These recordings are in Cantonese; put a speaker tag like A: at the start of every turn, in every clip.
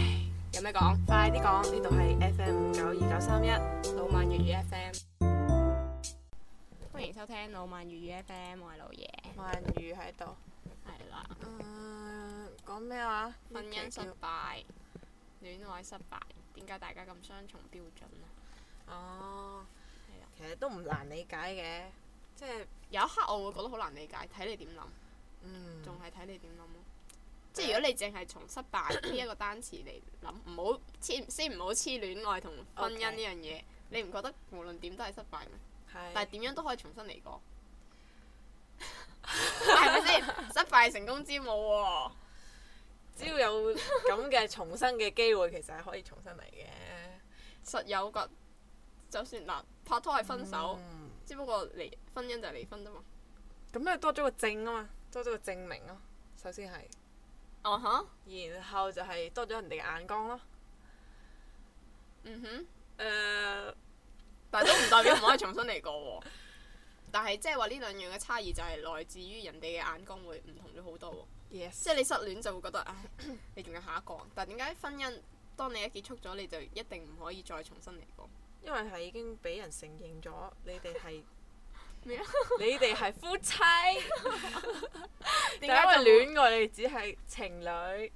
A: 咩講？
B: 快啲啊講，呢度係 FM 九二九三一，
A: 老萬粵語 FM，歡迎收聽老萬粵語 FM，我係老爺，
B: 萬語喺度。
A: 係啦，
B: 誒呃講咩話？
A: 婚
B: 呢
A: 姻
B: 期
A: 失
B: 叫
A: 敗，戀愛失敗，點解大家咁雙重標準啊？
B: 哦
A: 係啦，
B: 其實都唔難理解嘅，即係
A: 有一刻我會覺得好難理解，睇你點諗，
B: 嗯
A: 仲係啊睇你點諗咯。即係如果你淨係從失 敗呢一個單詞嚟諗，唔好黐先唔好黐戀愛同婚姻
B: OK
A: 呢樣嘢，你唔覺得無論點都係失敗咩？但係
B: 係
A: 點樣都可以重新嚟 過，係咪先？失敗成功之母喎、
B: 只要有咁嘅重生嘅機會，其實係可以重新嚟嘅。
A: 實有個，就算嗱拍拖係分手，
B: 嗯
A: 只不過離婚姻就係離婚啫嘛。
B: 咁你多咗個證啊嘛，多咗個證明咯。首先係，
A: 啊哈，
B: 然後就係多咗人哋嘅眼光咯。
A: 嗯哼，
B: 誒、呃
A: 但係都唔代表唔可以重新嚟過喎、 但係即係話呢兩樣嘅差異就係來自於人哋嘅眼光會唔同咗好多喎、
B: yes，
A: 即係你失戀就會覺得，唉，你仲有下一個。但係點解婚姻當你一結束咗，你就一定唔可以再重新嚟 過？
B: 因為係已經俾人承認咗，你哋係
A: 咩啊
B: 你哋係夫妻，
A: 點
B: 但係
A: 解
B: 因為
A: 就會
B: 戀愛你哋只係情侶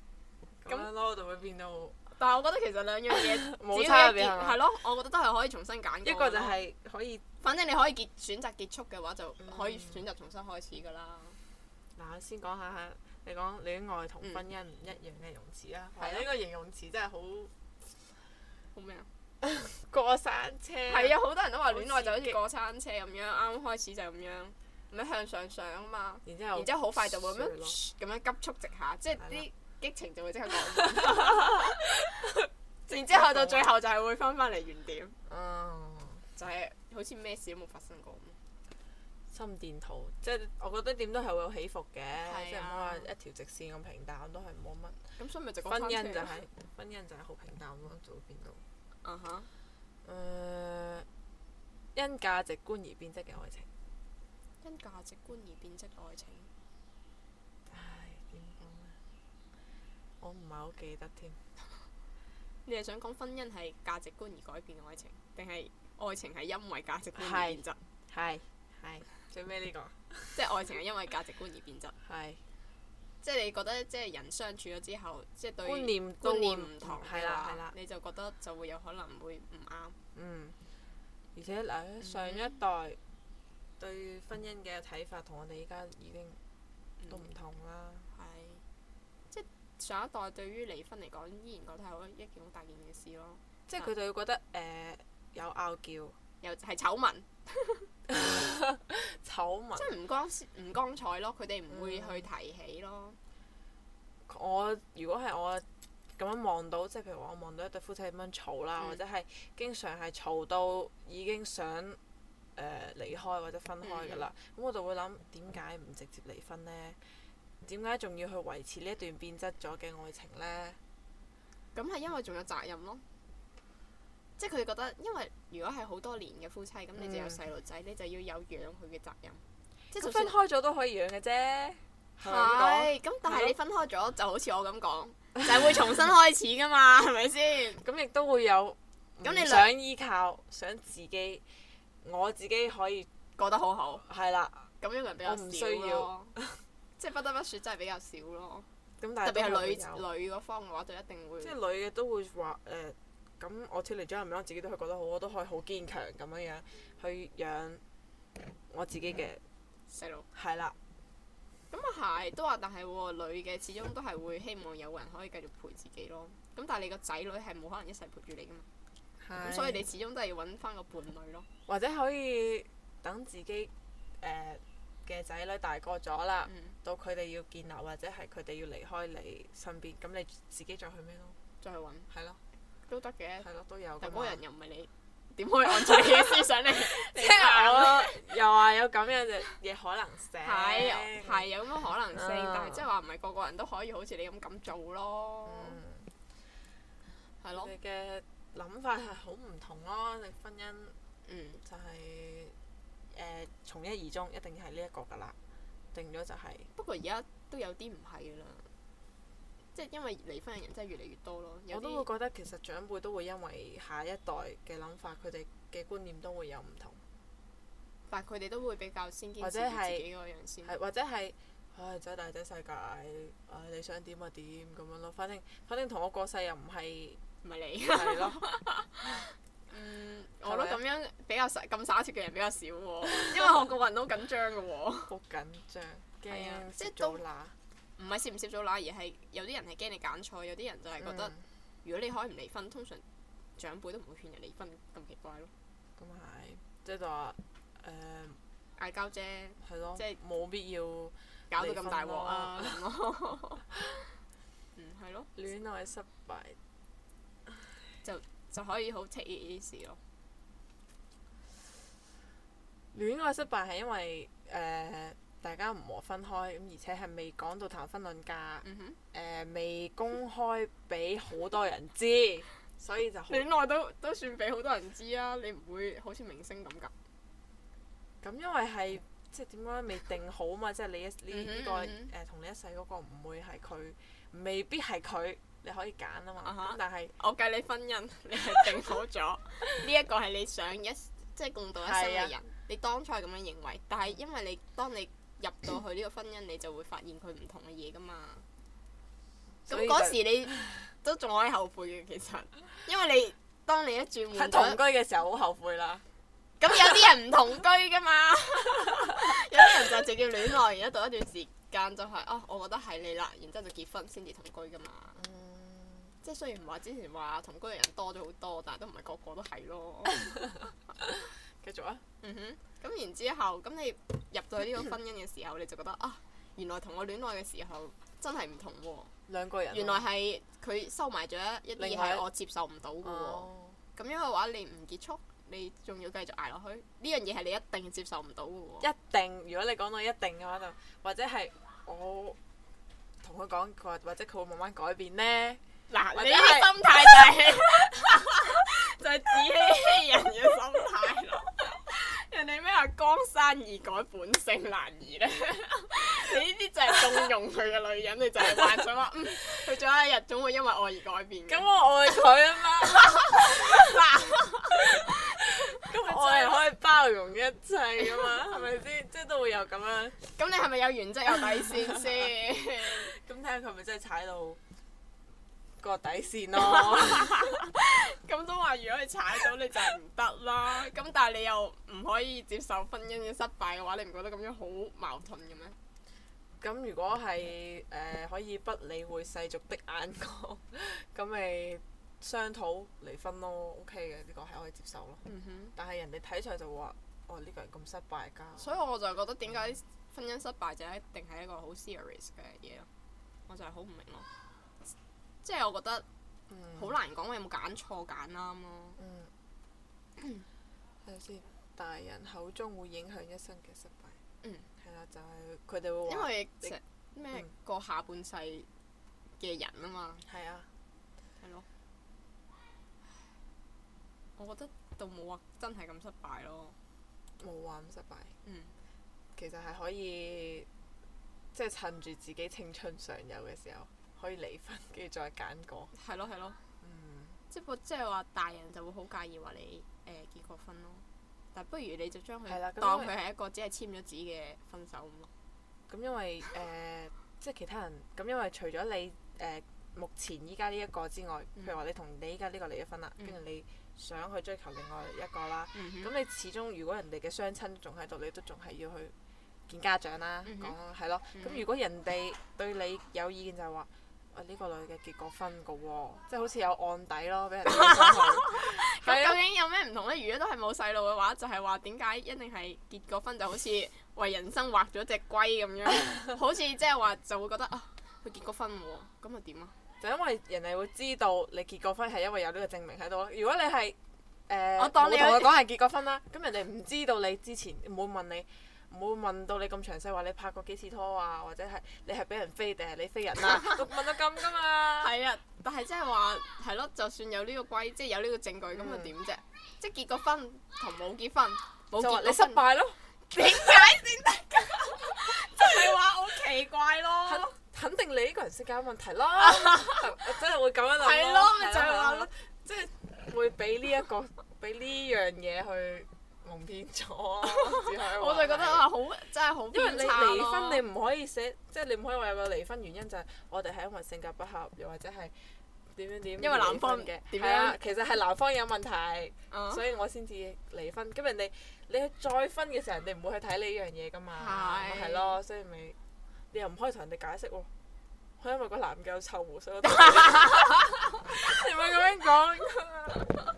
B: 咁
A: 咁
B: 樣咯，就會變到
A: 但係我覺得其實兩樣嘢
B: 冇
A: 只要
B: 差
A: 一
B: 別係
A: 結
B: 嘛
A: 係咯，我覺得都係可以重新揀過
B: 一個就
A: 咯，
B: 係可以
A: 反正你可以結選擇結束嘅話，就可以
B: 嗯
A: 選擇重新開始㗎啦。
B: 嗱，先講下你講戀愛同婚姻唔一樣嘅用詞啦。
A: 係啊
B: 係呢個形容詞真係好
A: 好咩啊？
B: 過山車。
A: 係
B: 啊，
A: 啊，好多人都話戀愛就好
B: 好刺
A: 似
B: 激
A: 過山車咁樣，啱啱開始就咁樣，咁樣向上上啊嘛，
B: 然之後
A: 然之後好快就會咁
B: 垂落
A: 樣咁樣急速直下，即係
B: 係啦
A: 啲激情就會即刻降。 然之後到最後就係會翻返嚟原點，
B: 嗯，
A: 就係好似咩事都冇發生過咁。
B: 心電圖，即係我覺得點都係會有起伏
A: 啊
B: 嘅，即係唔好話一條直線咁平淡，都係冇乜。
A: 咁所以咪就過
B: 婚
A: 山
B: 姻
A: 車
B: 就
A: 咯
B: 係婚姻就係好平淡咯，就會變到
A: 啊哈
B: 誒因價值觀而變質嘅愛情。
A: 因價值觀而變質愛情。
B: 唉，點講呢？我唔係好記得添。
A: 你係想講婚姻係價值觀而改變愛情，定係愛情係因為價值觀而
B: 係
A: 變質？
B: 係係最尾呢個
A: 即係愛情係因為價值觀而變質。
B: 係。
A: 即係你覺得即係人相處咗之後，即係對
B: 觀念都
A: 觀
B: 會
A: 念唔同嘅話
B: 係啦係啦，
A: 你就覺得就會有可能會唔啱。
B: 嗯，而且嗱，上一代對婚姻嘅睇法同我哋依家已經都唔同啦。
A: 嗯係，即係上一代對於離婚嚟講，依然覺得係一件好大件嘅事咯，
B: 即係佢哋會覺得誒、有拗撬、
A: 又係醜聞，
B: 醜聞
A: 即。係唔光唔光彩咯，佢哋唔會
B: 嗯
A: 去提起咯。
B: 我如果係我咁樣望到，即係譬如話我望到一對夫妻咁樣嘈啦，
A: 嗯
B: 或者係經常係嘈到已經想誒、呃、離開或者分開㗎啦，
A: 嗯
B: 咁、我就會諗點解唔直接離婚呢？點解仲要去維持呢一段變質咗嘅愛情呢？
A: 咁係因為仲有責任咯。即係佢哋覺得，因為如果係好多年嘅夫妻，咁你就有
B: 嗯
A: 細路仔，你就要有養佢嘅責任。即係就
B: 咁
A: 算
B: 分開咗都可以養嘅啫，係咪咁講？
A: 係，咁但
B: 係
A: 係
B: 咯
A: 你分開咗，就好似我咁講， 就係會重新開始噶嘛，係咪先？
B: 咁亦都會有
A: 咁
B: 咁
A: 你
B: 你
A: 兩
B: 想依靠，想自己，我自己可以
A: 過得好好，
B: 係啦。
A: 咁樣嘅人比較
B: 我唔
A: 少
B: 需
A: 咯。 即係不得不說，真係比較少咯。
B: 咁但係
A: 特別係
B: 都會有
A: 女女嗰方嘅話，就一定會
B: 即係女嘅都會話誒，咁、我脱離咗人，我自己都係覺得好，我都可以好堅強咁樣樣去養我自己嘅
A: 細路。
B: 係啦。
A: 咁啊係，都話但係喎，女嘅始終都係會希望有個人可以繼續陪自己咯。咁但係你個仔女係冇可能一世陪住你噶嘛，咁所以你始終都係要揾翻個伴侶咯。
B: 或者可以等自己誒嘅仔女大個咗啦，
A: 嗯，
B: 到佢哋要建立或者係佢哋要離開你身邊，咁你自己再去咩咯？
A: 再去揾
B: 係咯，
A: 都得嘅，
B: 係咯，都有㗎嘛。
A: 但嗰個 人又唔係你，點可以按照你嘅思想嚟
B: 即係我又話有咁樣嘅嘢可能性。
A: 係係有咁嘅可能性，
B: 啊
A: 但係即係話唔係個個人都可以好似你咁咁做咯，
B: 嗯
A: 係
B: 我
A: 咯，
B: 哋嘅諗法係好唔同咯。你婚姻
A: 嗯，
B: 就係、誒、從一而終，一定係呢一個㗎啦。定咗就係、
A: 不過而家都有啲唔係啦，即即係因為離婚嘅人真係越嚟越多咯。有
B: 我都會
A: 啲
B: 覺得其實長輩都會因為下一代嘅諗法，佢哋嘅觀念都會有唔同，
A: 但係佢哋都會比較先堅
B: 或
A: 持
B: 者
A: 住自
B: 係
A: 己嗰樣先。
B: 係或者係唉仔大仔世界，唉你想點就點咁樣咯。反正反正同我過世又唔 係
A: 唔係你，
B: 係咯，
A: 嗯，
B: 係 啊
A: 我覺得咁樣比較灑咁灑脱嘅人比較少喎， 因為我個人都緊張嘅喎。
B: 好緊張，
A: 係啊
B: 驚
A: 即
B: 即
A: 係
B: 做
A: 都
B: 乸。
A: 唔係攝唔攝組乸，而係有啲人係驚你揀錯，有啲人就係覺得、
B: 嗯
A: 如果你可以唔離婚，通常長輩都唔會勸人離婚，咁奇怪咯。
B: 咁係，即係就話誒
A: 嗌交啫，
B: 係咯，
A: 即係
B: 冇必要
A: 搞到咁大鑊啊咁咯。 嗯，係咯，
B: 戀愛失敗。
A: 就可以好 take it easy 咯。
B: 戀愛失敗係因為誒、呃大家唔和分開，咁而且係未講到談婚論嫁，誒、呃
A: 嗯哼，
B: 未公開俾好多人知，所以就好
A: 戀愛都都算俾好多人知啊，你唔會好似明星咁㗎。
B: 咁因為係即係點講咧未定好嘛，即係你一呢
A: 嗯哼
B: 呢個誒
A: 嗯
B: 同你一世嗰個唔會係佢，未必係佢，你可以揀啊嘛。
A: 啊哈
B: 咁但係
A: 我計你婚姻， 你係定好咗，呢一個係你想一即係共度一生
B: 係啊
A: 嘅人，你當初係咁樣認為，但係因為你當你入到去呢個婚姻，你就會發現佢唔同嘅嘢㗎嘛。咁
B: 所以就
A: 嗰時 你都仲可以後悔嘅，其 實，因為你當你一轉
B: 喺
A: 換
B: 同
A: 咗，
B: 居嘅時候好後悔啦。
A: 咁有啲人唔同居噶 嘛，有啲人就直接戀愛，然之後到一段時間就係、哦，我覺得係你啦，然之後就結婚先至同居噶嘛。
B: 嗯
A: 即係雖然話之前話同居嘅人多咗好多，但係都唔係個個都 係咯。
B: 繼續啊！
A: 嗯哼，咁然之後，咁你入到去呢個婚姻嘅時候，你就覺得啊，原來同我戀愛嘅時候真係唔同喎、
B: 兩個人啊
A: 原來係佢收埋咗一啲嘢
B: 另外一
A: 係我接受唔到嘅喎。
B: 哦
A: 咁樣嘅話，你唔結束，你仲要繼續捱落去，呢樣嘢係你一定接受唔到嘅喎。
B: 一定，如果你講到一定嘅話，就或者係我同佢講，佢話或者佢會慢慢改變呢。
A: 嗱，
B: 或者
A: 你呢啲
B: 係
A: 心態 就係、就係自欺欺人嘅心態咯。 人哋咩話江山易改，本性難移咧？ 你呢啲就係縱容佢嘅女人，你就係幻想 話，嗯，佢總有一日總會因為我而改變嘅。
B: 咁我愛佢啊 嘛，
A: 嗱，
B: 咁我係可以包容一切噶 嘛，係咪先？即係都會有咁樣。
A: 咁你係咪有原則有底線 先？
B: 咁睇下佢係咪真係踩到個底線咯。
A: 咁都話如果你踩到你就係唔得啦，咁但係你又唔可以接受婚姻嘅失敗嘅話，你唔覺得咁樣好矛盾嘅咩？
B: 咁如果係誒、呃可以不理會世俗的眼光，咁咪商討離婚咯，OK 嘅，呢、個係可以接受咯。
A: 嗯哼，
B: 但係人哋睇出嚟就話，哦呢、個人咁失敗㗎。
A: 所以我就覺得點解婚姻失敗就一定係一個好 serious 嘅嘢咯，我就係好唔明咯。即係我覺得
B: 嗯
A: 好難講有冇揀錯揀啱咯。
B: 嗯，睇下先。大人口中會影響一生嘅失敗。
A: 嗯。
B: 係啦，就係佢哋會
A: 因
B: 話。
A: 為
B: 你
A: 成咩
B: 嗯
A: 過下半世嘅人啊嘛，
B: 係啊，
A: 係咯。我覺得就冇話真係咁失敗咯。
B: 冇話咁失敗，
A: 嗯。
B: 其實係可以即係趁住自己青春尚有嘅時候，可以離婚，跟住再揀過。
A: 係咯係咯，
B: 嗯。
A: 即係即係話大人就會好介意話你誒、呃、結過婚咯，但不如你就將
B: 係啦
A: 佢
B: 咁
A: 當
B: 因
A: 佢
B: 為
A: 係一個只係簽咗紙嘅分手咁咯。
B: 嗯咁因 為誒、呃即係其他人咁，因為除咗你誒、呃目前依家呢一個之外，
A: 嗯
B: 譬如話你同你依家呢個離咗婚啦，
A: 嗯
B: 跟住、你想去追求另外一個啦，
A: 嗯
B: 咁、你始終如果人哋嘅雙親仲喺度，你都仲係要去見家長啦，
A: 嗯
B: 講
A: 哼
B: 係咯。
A: 嗯
B: 咁、如果人哋對你有意見就係話，喂呢、個女嘅結過婚㗎喎，即係好似有案底咯，俾人哋講佢係
A: 咁究
B: 啊，
A: 竟有咩唔同咧？如果都係冇細路嘅話，就係話點解一定係結過婚就好似為人生畫咗隻龜咁 樣，好似即係話就會覺得啊，佢結過婚喎，咁又點啊？
B: 就因為人哋會知道你結過婚係因為有呢個證明喺度咯。如果你係誒，
A: 我當你
B: 冇同
A: 有
B: 佢講係結過婚啦，咁人哋唔知道你之前唔會問你。唔會問到你咁詳細話你拍過幾次拖啊，或者係你係俾人飛定係你飛人 啊？都問到咁㗎嘛。
A: 係啊，但係即係話係咯，就算有呢個龜，即係有呢個證據，咁又點啫？即係結過婚同冇結婚，冇
B: 就
A: 結
B: 話
A: 過
B: 你失
A: 婚
B: 敗咯。
A: 點解先得㗎？即係話好奇怪咯。
B: 係咯，肯定你呢個人性格有問題 啦，即係會咁樣諗咯。
A: 啊係咯咪就係
B: 係
A: 話
B: 係
A: 咯
B: 即係會俾呢一個 俾呢樣嘢去蒙騙咗啊只可以話
A: 我就覺得
B: 係
A: 啊，好真係好啊
B: 因為
A: 偏
B: 你
A: 差咯
B: 離婚，你唔可以寫，即係你唔可以話有個離婚原因就係我哋係因為性格不合，又或者係點樣點。
A: 因為男方
B: 嘅
A: 點樣
B: 係啊，其實係男方有問題，
A: 嗯
B: 所以我先至離婚。咁人哋你去再婚嘅時候，人哋唔會去睇呢樣嘢噶嘛，
A: 係
B: 咪係咯，所以咪你又唔可以同人哋解釋喎。佢因為個男嘅有臭狐，所以 我你咪咁樣講。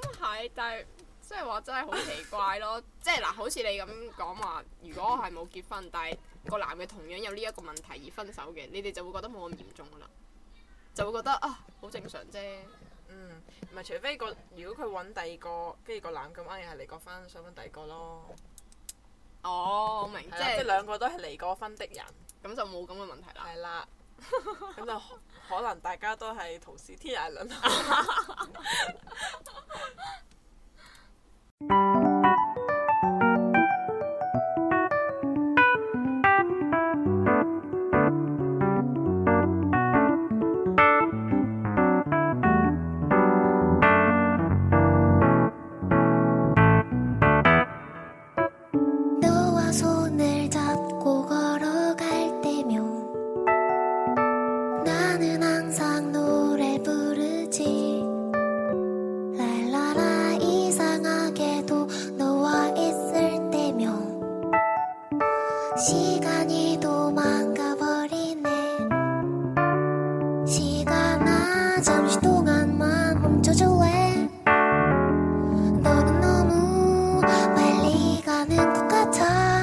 A: 咁係，但係即係話真係好奇怪咯。 即係嗱，好似你咁講話，如果我係冇結婚，但係個男嘅同樣有呢一個問題而分手嘅，你哋就會覺得冇咁嚴重噶啦，就會覺得啊好正常啫。
B: 嗯，唔係除非個如果佢揾第二個，跟住個男咁啱又係離過婚，想揾第二個咯。
A: 哦，我明，
B: 即
A: 即
B: 係即係
A: 係
B: 兩個都係離過婚的人，
A: 咁就冇咁嘅問題啦。
B: 係啦。咁就可可能大家都係同是天涯 淪落。
C: 너와 손을 잡고 걸어갈 때면 나는 항상 노래 부르지 랄라라 이상하게도 너와 있을 때면 시간이 도망가버리네 시간아 잠시 동안만 멈춰줄래 너는 너무 빨리 가는 것 같아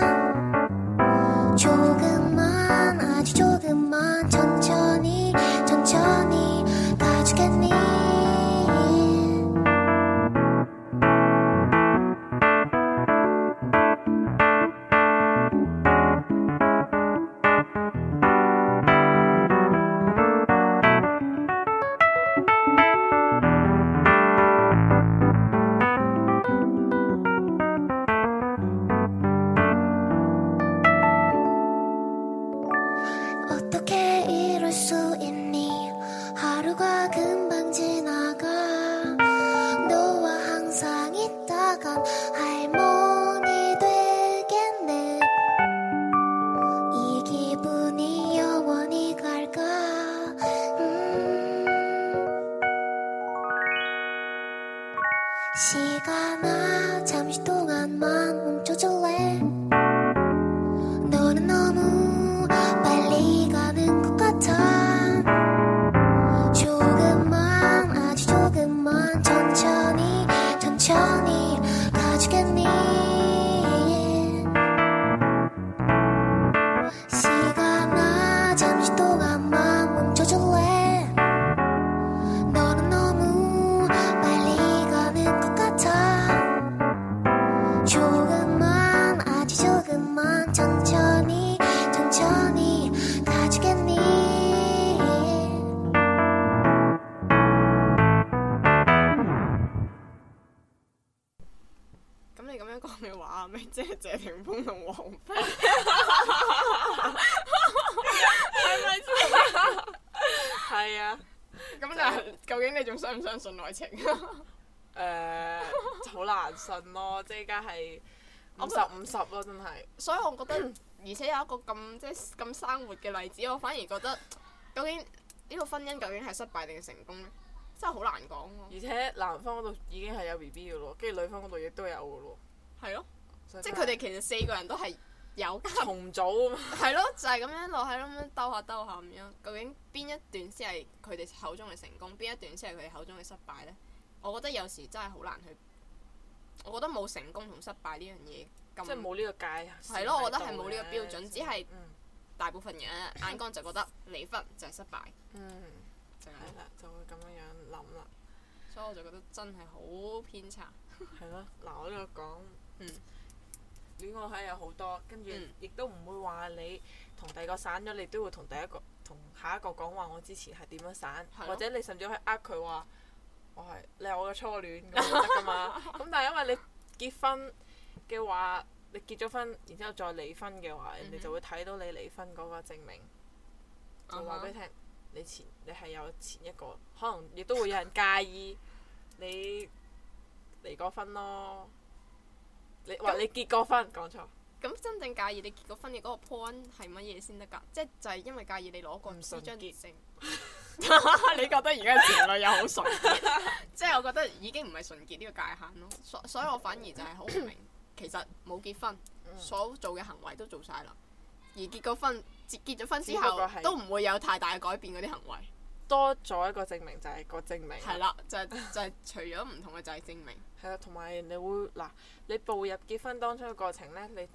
C: 조금만 아주 조금만 천천히 천천히 가주겠니 어떻게 이럴 수 있니 하루가 금방 지나가 너와 항상 있다간 할머니 되겠네 이 기분이 영원히 갈까 음. 시간아 잠시 동안만 멈춰줄래 너는 너무 빨리 가는 것 같아 조금만 아주 조금만 천천히 천천히 가주겠니 시간아 잠시 동안만 멈춰줄래 너는 너무 빨리 가는 것 같아 조금만 아주 조금만 천천히 천천히 가주겠니
A: 咁你咁樣講嘅話，咪即係謝霆鋒同王菲，係咪先？
B: 係啊，
A: 咁但究竟你仲相唔相信愛情？啊
B: 誒、呃 好難信咯，即係而家係五十五十咯，真係。
A: 所以我覺得，而且有一個咁即係咁生活嘅例子，我反而覺得究竟呢個婚姻究竟係失敗定係成功呢？真係好難講喎。
B: 而且男方嗰度已經係有 B B 嘅咯，跟住女方嗰度亦都有嘅咯。
A: 係咯，
B: 所以
A: 即係佢
B: 真係
A: 哋其實四個人都係 有家，
B: 重組啊嘛。
A: 係咯，就係咁樣落係咁樣兜下兜下咁樣。究竟邊一段先係佢哋口中嘅成功，邊一段先係佢哋口中嘅失敗呢？我覺得有時真係好難去，我覺得冇成功同失敗呢樣嘢咁。
B: 即係冇呢個界線喺度嘅。
A: 係咯我覺得係冇呢個標準只係
B: 嗯
A: 大部分人眼光就覺得離婚就係失敗，
B: 嗯
A: 就係咁
B: 係啦，就會咁樣樣諗啦。
A: 所以我就覺得真係好偏差。
B: 係咯，嗱我呢度講，
A: 嗯，
B: 戀愛係有好多，跟住
A: 嗯
B: 亦都唔會話你同第二個散咗，你都會同第一個同下一個講話我之前係點樣散，
A: 係咯
B: 或者你甚至可以呃佢話我 係你係我嘅初戀咁就得噶嘛。咁但係因為你結婚嘅話，你結咗婚，然之後再離婚嘅話，人
A: 嗯哼
B: 哋就會睇到你離婚嗰個證明，
A: 啊
B: 就話俾你聽，你前你係有前一個，可能亦都會有人介意你離過婚咯。你話你結過婚，講錯，
A: 咁真正介意你結咗婚嘅嗰個 point 係乜嘢先得㗎？即係就係因為介意你攞過
B: 唔
A: 呢
B: 純
A: 張證。
B: 潔
A: 你覺得而家嘅前女友好純潔？ 即係我覺得已經唔係純潔呢個界限咯。所所以我反而就係好唔明，其實冇結婚
B: 嗯
A: 所做嘅行為都做晒啦，而結咗婚結結咗婚之
B: 只不過
A: 後
B: 係
A: 都唔會有太大嘅改變嗰啲行為。
B: 多咗一個證明就係個證明。
A: 係啦，就係就係除咗唔同嘅就係證明。
B: 係啦，同埋你會嗱，你步入結婚當初嘅過程呢，你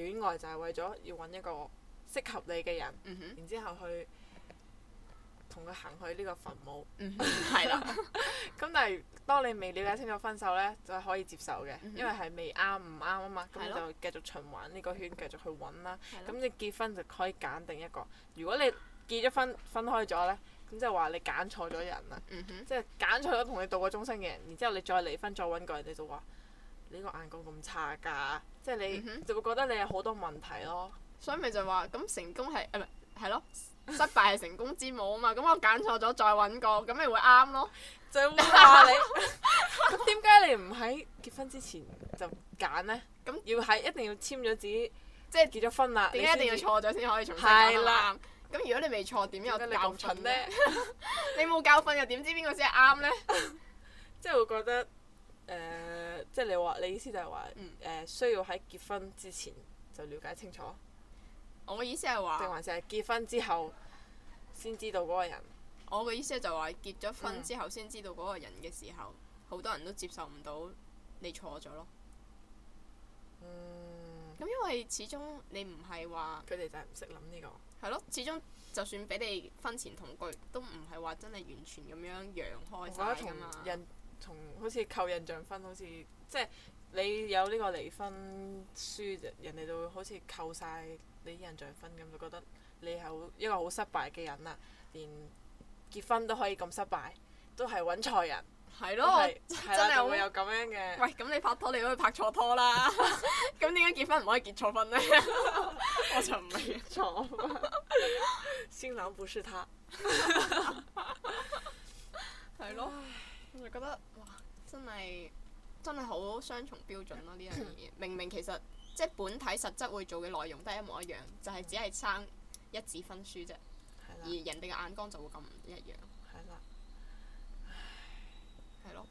B: 戀愛就係為咗要揾一個適合你嘅人，
A: 嗯哼，
B: 然之後去同佢行去呢個墳墓。
A: 嗯哼，係啦，
B: 咁但係當你未了解清楚分手呢，就係可以接受嘅，
A: 嗯哼
B: 因為係未啱唔啱啊嘛。咁
A: 係
B: 你
A: 咯
B: 就繼續循環呢個圈，繼續去揾啦。
A: 係
B: 咁
A: 咯
B: 你結婚就可以揀定一個。如果你結咗婚分開咗呢，咁就話你揀錯咗人啦。
A: 嗯哼，
B: 即係揀錯咗同你度過終生嘅人，然之後你再離婚再揾個人，你就話你個眼光咁差㗎，即係你、
A: 嗯哼
B: 就會覺得你有好多問題咯。
A: 所以咪就話咁成功係誒唔係係咯，失敗係成功之母啊嘛。咁我揀錯咗再揾個，咁咪會啱咯。
B: 就會話你 咁點解你唔喺結婚之前就揀呢？
A: 咁
B: 要喺一定要簽咗自己
A: 即係
B: 結咗婚啦，
A: 點解一定要
B: 你先至？
A: 錯咗先可以重新
B: 係
A: 揀
B: 啦
A: 啦？咁如果你未錯，點有
B: 點解你
A: 教
B: 咁
A: 訓
B: 蠢呢
A: 呢？？你冇教訓又點知邊個先係啱呢？
B: 即係會覺得誒、即係你話你意思就係話
A: 嗯啊
B: 誒需要喺結婚之前就了解清楚，
A: 我嘅意思係
B: 定
A: 話，
B: 還是係結婚之後先知道嗰個人？
A: 我嘅意思就話結咗婚之後先知道嗰個人嘅時候，好多人都接受唔到你錯咗咯。
B: 嗯。
A: 咁因為始終你唔係話
B: 佢哋就係唔識諗呢個。
A: 係咯，始終就算俾你婚前同居，都唔係話真係完全咁樣揚
B: 我
A: 開
B: 覺得
A: 晒
B: 同
A: 㗎嘛。
B: 印同好似扣印象分，好似即係你有呢個離婚書，人哋就會好似扣晒你印象分咁，就覺得你係好一個好失敗嘅人啦，連結婚都可以咁失敗，都係揾錯人，
A: 係
B: 都
A: 咯，
B: 係係
A: 真
B: 啦，
A: 係
B: 就
A: 好
B: 會有咁樣 嘅。
A: 喂，咁你拍拖你都可以拍錯拖啦， 咁點解結婚唔可以結錯 婚呢？我就唔明。
B: 錯，新郎不是他。
A: 係咯，我就覺得哇，真係真係好雙重標準咯呢樣 嘢。明明其實即係本體實質會做嘅內容都係一模一樣，就係、只係生一紙婚書啫，
B: 係
A: 而
B: 啦，
A: 人哋嘅眼光就會咁唔一樣。
B: 係啦，
A: 係咯，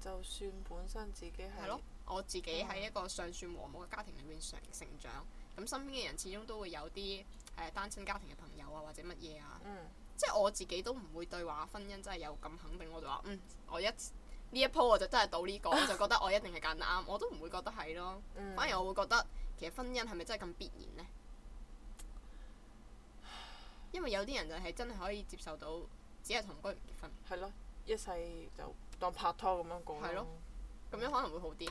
B: 就算本身自己
A: 係
B: 係嗯
A: 咯。我自己喺一個尚算和睦嘅家庭裏面成成長，咁身邊嘅人始終都會有啲誒、呃、單親家庭嘅朋友啊，或者乜嘢啊。
B: 嗯
A: 即係我自己都唔會對話婚姻真係有咁肯定，我就話嗯，我一呢一鋪我就真係到 呢、個，我就覺得我一定係揀得啱，我都唔會覺得係咯。
B: 嗯，
A: 反而我會覺得其實婚姻係咪真係咁必然呢？因為有啲人就係真係可以接受到，只係同居唔結婚，
B: 係咯，一世就當拍拖咁樣過
A: 係咯
B: 咯。
A: 咁樣可能會好啲。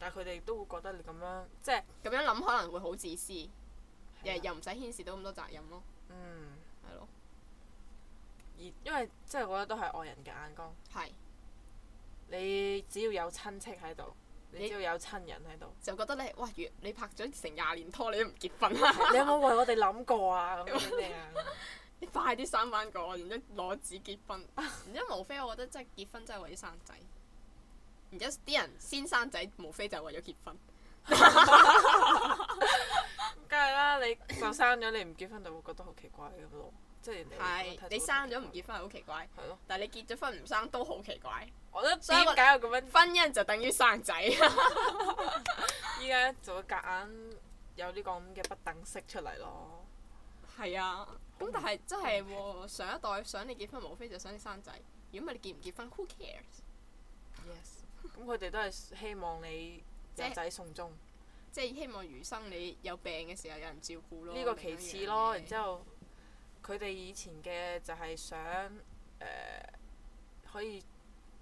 B: 但係佢哋都會覺得你咁樣，即係
A: 咁樣諗可能會好自私，又
B: 係啦
A: 又唔使牽涉到咁多責任咯，
B: 嗯，
A: 係咯，
B: 而因為即係我覺得都係外人嘅眼光。
A: 係
B: 你只要有親戚喺度，你
A: 你，
B: 只要有親人喺度
A: 就覺得你哇，如你拍咗成廿年拖你都唔結婚啦，
B: 你有冇為我哋諗過啊？咁樣咩啊？
A: 你快啲生翻個，然之後攞紙結婚，然之後無非我覺得真係結婚真係為咗生仔，然之後啲人先生仔無非就係為咗結婚，
B: 梗係啦，你就生咗，你唔結婚就會覺得好奇怪咁咯。即係人哋會覺
A: 係
B: 得
A: 你生咗唔
B: 嗯睇嗯
A: 結婚係好奇怪，
B: 到係咯，
A: 但係你結咗婚唔生都好奇怪，
B: 我覺得
A: 所以我
B: 點解我咁樣？
A: 婚姻就等於 生仔，
B: 依家就會夾硬有呢個咁嘅不等式出嚟咯。
A: 係啊，咁但係真係喎，上一代想你結婚無非就想你生仔，如果唔係你結唔結婚，who cares？
B: Yes，咁佢哋都係希望你
A: 即係
B: 有仔送終。
A: 即係希望餘生你有病嘅時候有人照顧咯。
B: 呢個其次咯，然
A: 另一樣嘢
B: 之後佢哋以前嘅就係想誒、呃可以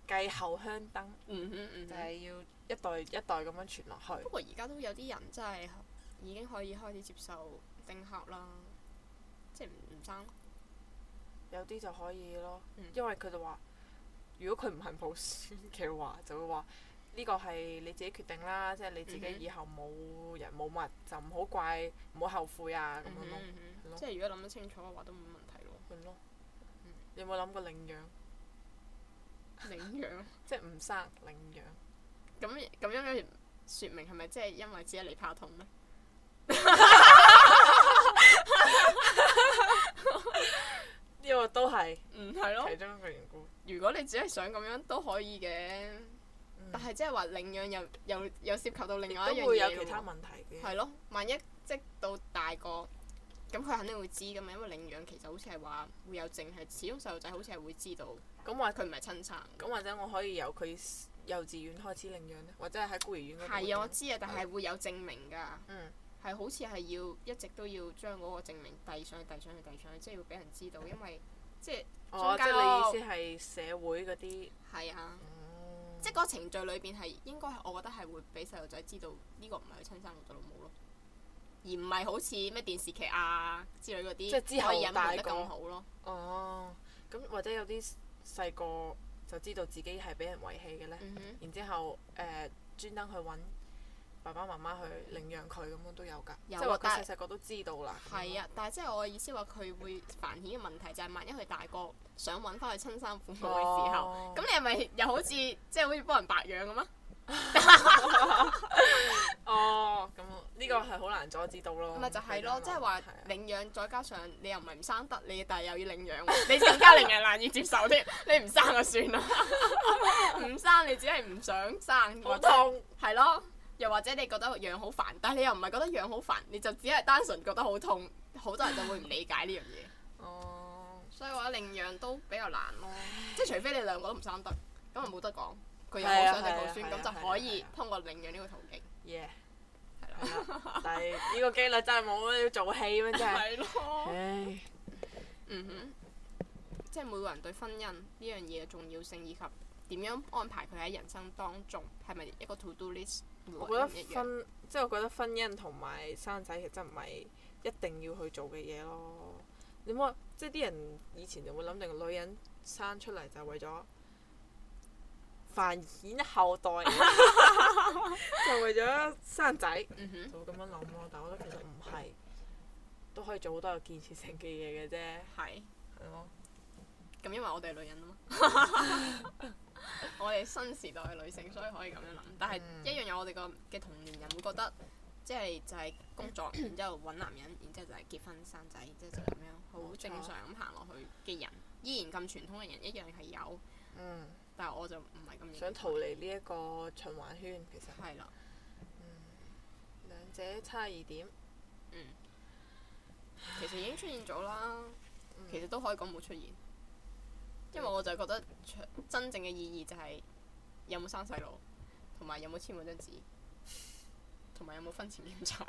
B: 繼後香燈，
A: 嗯哼嗯
B: 就
A: 哼。
B: 係要一代一代咁樣傳落去
A: 不。過而家都有啲人真係已經可以開始接受丁克啦，即係唔唔生咯。
B: 有啲就可以咯
A: 嗯，
B: 因為佢就話，如果佢唔肯抱孫嘅話，就會話呢個係你自己決定啦，即係你自
A: 嗯哼
B: 己以後冇人冇物就唔好怪，唔好後悔啊咁
A: 嗯
B: 樣咯，
A: 哼
B: 係
A: 嗯
B: 咯
A: 哼即係如果諗得清楚嘅話，都冇問題咯。
B: 係咯。你有冇諗過領養？
A: 領養
B: 即係唔生領養？
A: 咁咁樣嘅説明係咪即係因為只係你怕痛咧？
B: 呢個都係
A: 嗯，係咯
B: 其。中一個緣故。
A: 如果你只係想咁樣都可以嘅，
B: 嗯
A: 但係即係話領養又又又涉及到另外一
B: 亦
A: 樣
B: 都會
A: 嘢
B: 有其他
A: 咯喎
B: 問題嘅。
A: 係咯，萬一即到大個，咁佢肯定會知噶嘛，因為領養其實好似係話會有證，係始終細路仔好似係會知道
B: 咁或
A: 啊佢唔係親生。
B: 咁或者我可以由佢幼稚園開始領養咧，或者係喺孤兒院嗰度。
A: 係啊，我。知啊，但係會有證明㗎，
B: 嗯，
A: 係好似係要一直都要將嗰個證明遞上去、遞上去、遞上去，即係要俾人知道，因為即係
B: 哦，
A: 中
B: 即
A: 間嗰
B: 係
A: 個
B: 你意思係社會嗰啲。
A: 係啊，
B: 嗯
A: 即係嗰個程序裏邊係應該係我覺得係會俾細路仔知道呢個唔係佢親生老豆老母咯，而唔係好似咩電視劇啊之類嗰啲，
B: 即係之後
A: 可以隱瞞
B: 大
A: 得
B: 個
A: 咁好咯。
B: 哦，咁或者有啲細個就知道自己係俾人遺棄嘅呢，
A: 嗯哼，
B: 然之後誒、呃、專登去揾爸爸媽媽去領養佢咁樣都有㗎，即
A: 有啊
B: 係話佢
A: 但
B: 細細個都知道啦。
A: 係啊，但係即係我嘅意思話，佢會繁衍嘅問題就係萬一佢大個想揾翻佢親生父母嘅
B: 咁樣，
A: 時候，
B: 哦
A: 咁、你係咪又好似即係好似幫人白養咁啊？
B: 哦，咁呢個係好難阻止到咯。
A: 咪就係咯，即係話
B: 嗯啊
A: 領養，再加上你又唔係唔生得，你但係又要領養喎，你更加令人難以接受添。 你唔生就算啦， 唔生你只係唔想生，
B: 好
A: 或者
B: 痛，
A: 係咯，又或者你覺得養好煩，但係你又唔係覺得養好煩，你就只係單純覺得好痛，好多人就會唔理解呢樣嘢。
B: 哦，
A: 所以話領養都比較難咯，即係除非你兩個都唔生得，咁啊就冇得講。佢又冇
B: 係啊
A: 想
B: 係啊
A: 定告孫，
B: 係啊
A: 咁就可以
B: 係啊係啊
A: 通過領養呢個途徑。
B: 耶，
A: 係啦
B: 係啦，但係呢個機率真係冇啦，要做戲咩真係，
A: 咯，
B: 唉，
A: 嗯哼，即係每個人對婚姻呢樣嘢嘅重要性，以及點樣安排佢喺人生當中，係咪一個 to do list？
B: 我覺得
A: 一樣
B: 婚即係我覺得婚姻同埋生仔其實唔係一定要去做嘅嘢咯。你冇即係啲人以前就會諗定女人生出嚟就係為咗繁衍後 代，就為咗生仔，
A: 嗯哼，
B: 就會咁樣諗咯。但我覺得其實唔係，都可以做好多有建設性嘅嘢嘅啫，
A: 係。
B: 係咯。
A: 咁因為我哋係 女人啊嘛，我哋新時代嘅女性，所以可以咁樣諗。但係
B: 嗯
A: 一樣有我哋個嘅同年人會覺得，即係就係工作，然之後揾男人，然之後就係結婚生仔，然之後就咁樣好
B: 冇錯
A: 正常咁行落去嘅人，依然咁傳統嘅人一樣係有，
B: 嗯，
A: 但係我就唔係咁認為
B: 想逃離呢一個循環圈，其實
A: 係啦，
B: 兩者差異點。
A: 嗯，其實已經出現咗啦，
B: 嗯
A: 其實都可以講冇出現，因為我就覺得真正嘅意義就係有冇生細路，同埋有冇簽嗰張紙，同埋有冇婚前檢查。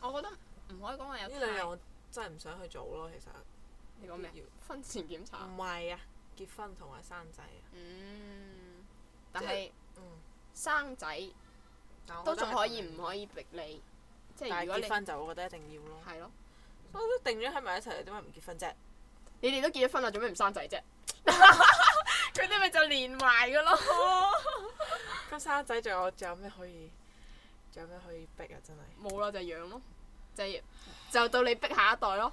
A: 我覺得唔可以講話有
B: 呢兩樣
A: 太
B: 我真係唔想去做咯，其實。
A: 你講咩？婚前檢查，
B: 唔係啊，結婚同埋生仔啊。
A: 嗯，但係
B: 嗯，
A: 生仔
B: 但我
A: 都
B: 覺得
A: 仲
B: 係
A: 可以
B: 同
A: 唔可以逼你，即係
B: 但
A: 如
B: 係
A: 果你
B: 結婚就我覺得一定要咯。
A: 係咯，
B: 我都定咗喺埋一齊，你點解唔結婚啫？
A: 你哋都結咗婚啦，做咩唔生 仔啫？佢哋咪就連埋噶咯。
B: 咁生仔仲有仲有咩可以？仲有咩可以逼啊？真 係。
A: 冇啦，就係養咯，就係就到你逼下一代咯。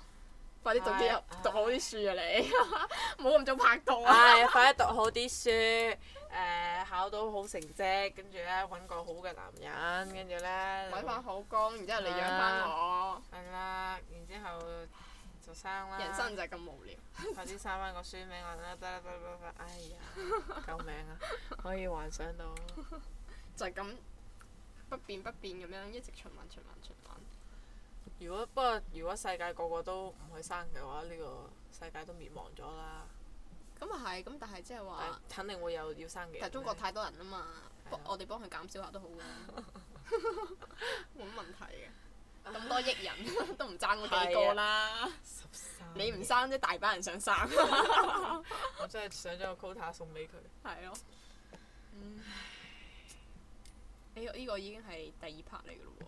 A: 快啲讀啲
B: 唉
A: 讀好啲書啊你， 冇咁早拍拖啊！
B: 唉，快啲讀好啲書，誒考到好成績，跟住咧揾個好嘅男人，跟住咧
A: 揾翻好工，然之後你養翻我，
B: 係啦，然之後就生啦。
A: 人生就係咁無聊。
B: 快啲生翻個孫名我啦，得啦得啦得啦，哎呀， 救命啊！可以幻想到。
A: 就係咁不變不變咁樣一直循環循環循環。
B: 如果不過，如果世界個個都唔去生嘅話，呢、個世界都滅亡咗啦。
A: 咁啊係，咁但係即係
B: 但係
A: 話，
B: 肯定會有要生嘅人。
A: 但係中國太多人啊嘛，幫
B: 係啊
A: 我哋幫佢減少下都好 嘅，冇問題
B: 啊
A: 嘅。咁多億人 都唔爭嗰幾個啦，
B: 十三，
A: 你唔生啫，大把人 想生。
B: 我真係想將個 quota 送俾佢。
A: 係咯。嗯。呢、個呢個已經係第二 part 嚟嘅咯喎。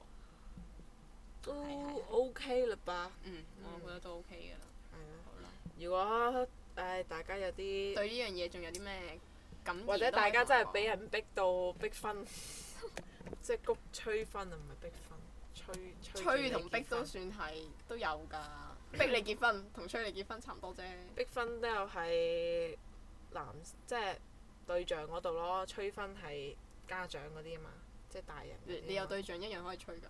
B: 都
A: 係係
B: OK 啦吧？
A: 嗯，我
B: 嗯
A: 覺得都 OK 嘅啦。
B: 係啊。
A: 好啦。
B: 如果唉、大家有啲
A: 對呢樣嘢仲有啲咩咁
B: 或者大家真係俾人逼到逼 婚，即係谷催婚啊，唔係逼婚，催催
A: 催
B: 住
A: 同
B: 你
A: 逼
B: 結
A: 都
B: 婚
A: 算係都有 㗎，逼你結婚同催你結婚差唔多啫。
B: 逼婚都有係男即係對象嗰度咯，催婚係家長嗰啲啊嘛，即係大人嗰啲
A: 你
B: 啊嘛。
A: 你有對象一樣可以催㗎，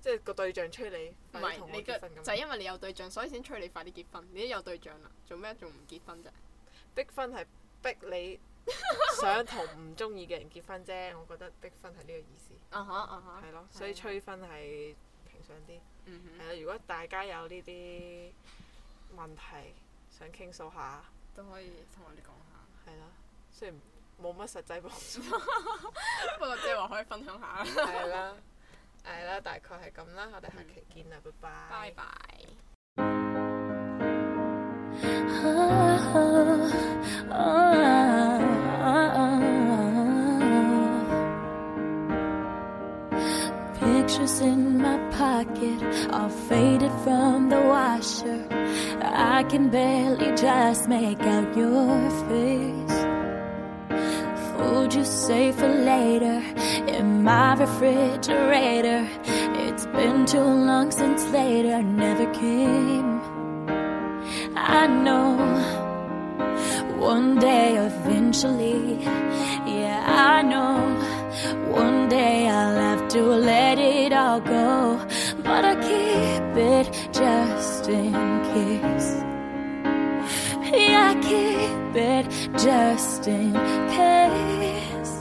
B: 即係個對象催你，
A: 唔
B: 快啲
A: 係
B: 同
A: 你
B: 我
A: 嘅
B: 結婚咁。
A: 就係因為你有對象，所以先催你快啲結婚。你都有對象啦，做咩仲唔結婚
B: 嗯
A: 啫？
B: 逼婚係逼 你想同唔中意嘅人結婚啫，我覺得逼婚係呢個意思，
A: 啊哈啊哈，
B: 係咯，所以
A: 係啊
B: 催婚係平常啲。
A: 嗯哼
B: 係啊啦，如果大家有呢啲問題想傾訴下，
A: 都可以同我哋講下，
B: 係啦，雖然冇乜實際幫助，
A: 不過即係話可以分享下。
B: 係啦，係啦，大概係咁啦，我哋下期見啦，拜拜。
A: 拜拜。
D: Pictures in my pocket are faded from the washer. I can barely just make out your face. Food you save for later in my refrigerator. It's been too long since later never came. I know. One day eventually, yeah, I know. One day I'll have to let it all go. But I keep it just in case. Yeah, I keep it just in case.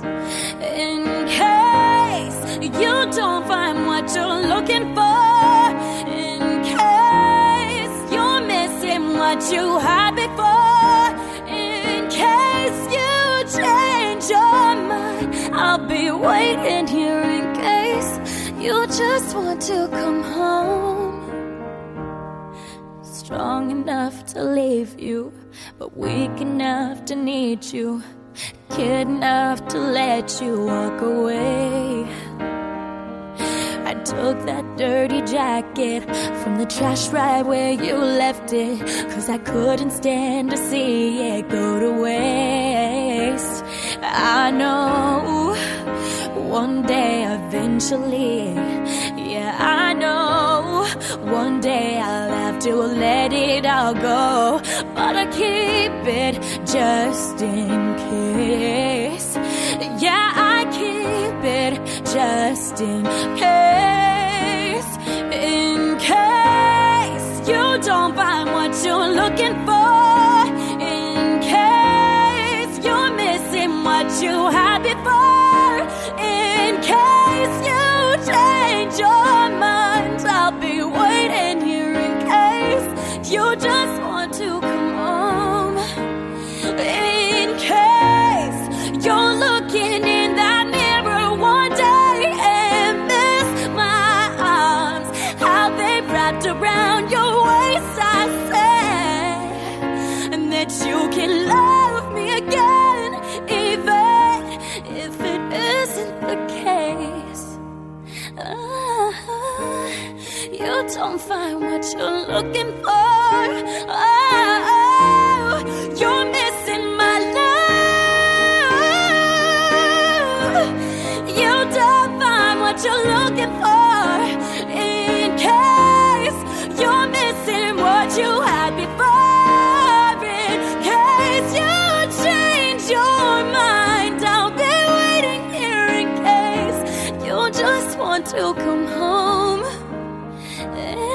D: In case you don't find what you're looking for. In case you're missing what you had before. In case you change your mind, I'll be waiting here in case you just want to come home strong enough to leave you, but weak enough to need you, kid enough to let you walk away. I took that dirty jacket from the trash right where you left it. Cause I couldn't stand to see it go to waste. I know one day eventually. Yeah, I know one day I'll have to let it all go. But I keep it just in case. Yeah, I keep it just in case. In case you don't find what you're looking for. In case you're missing what you had before. In case you change your mind, I'll be waiting here in case you just want to come home. In case you're looking in that mirror one day and miss my arms, how they wrapped around your waist, I said, and that you can love me again, even if it isn't the case. Ah, you don't find what you're looking for. Oh, you're missing my love. You don't find what you're looking for. In case you're missing what you had before. In case you change your mind, I'll be waiting here in case you just want to come home.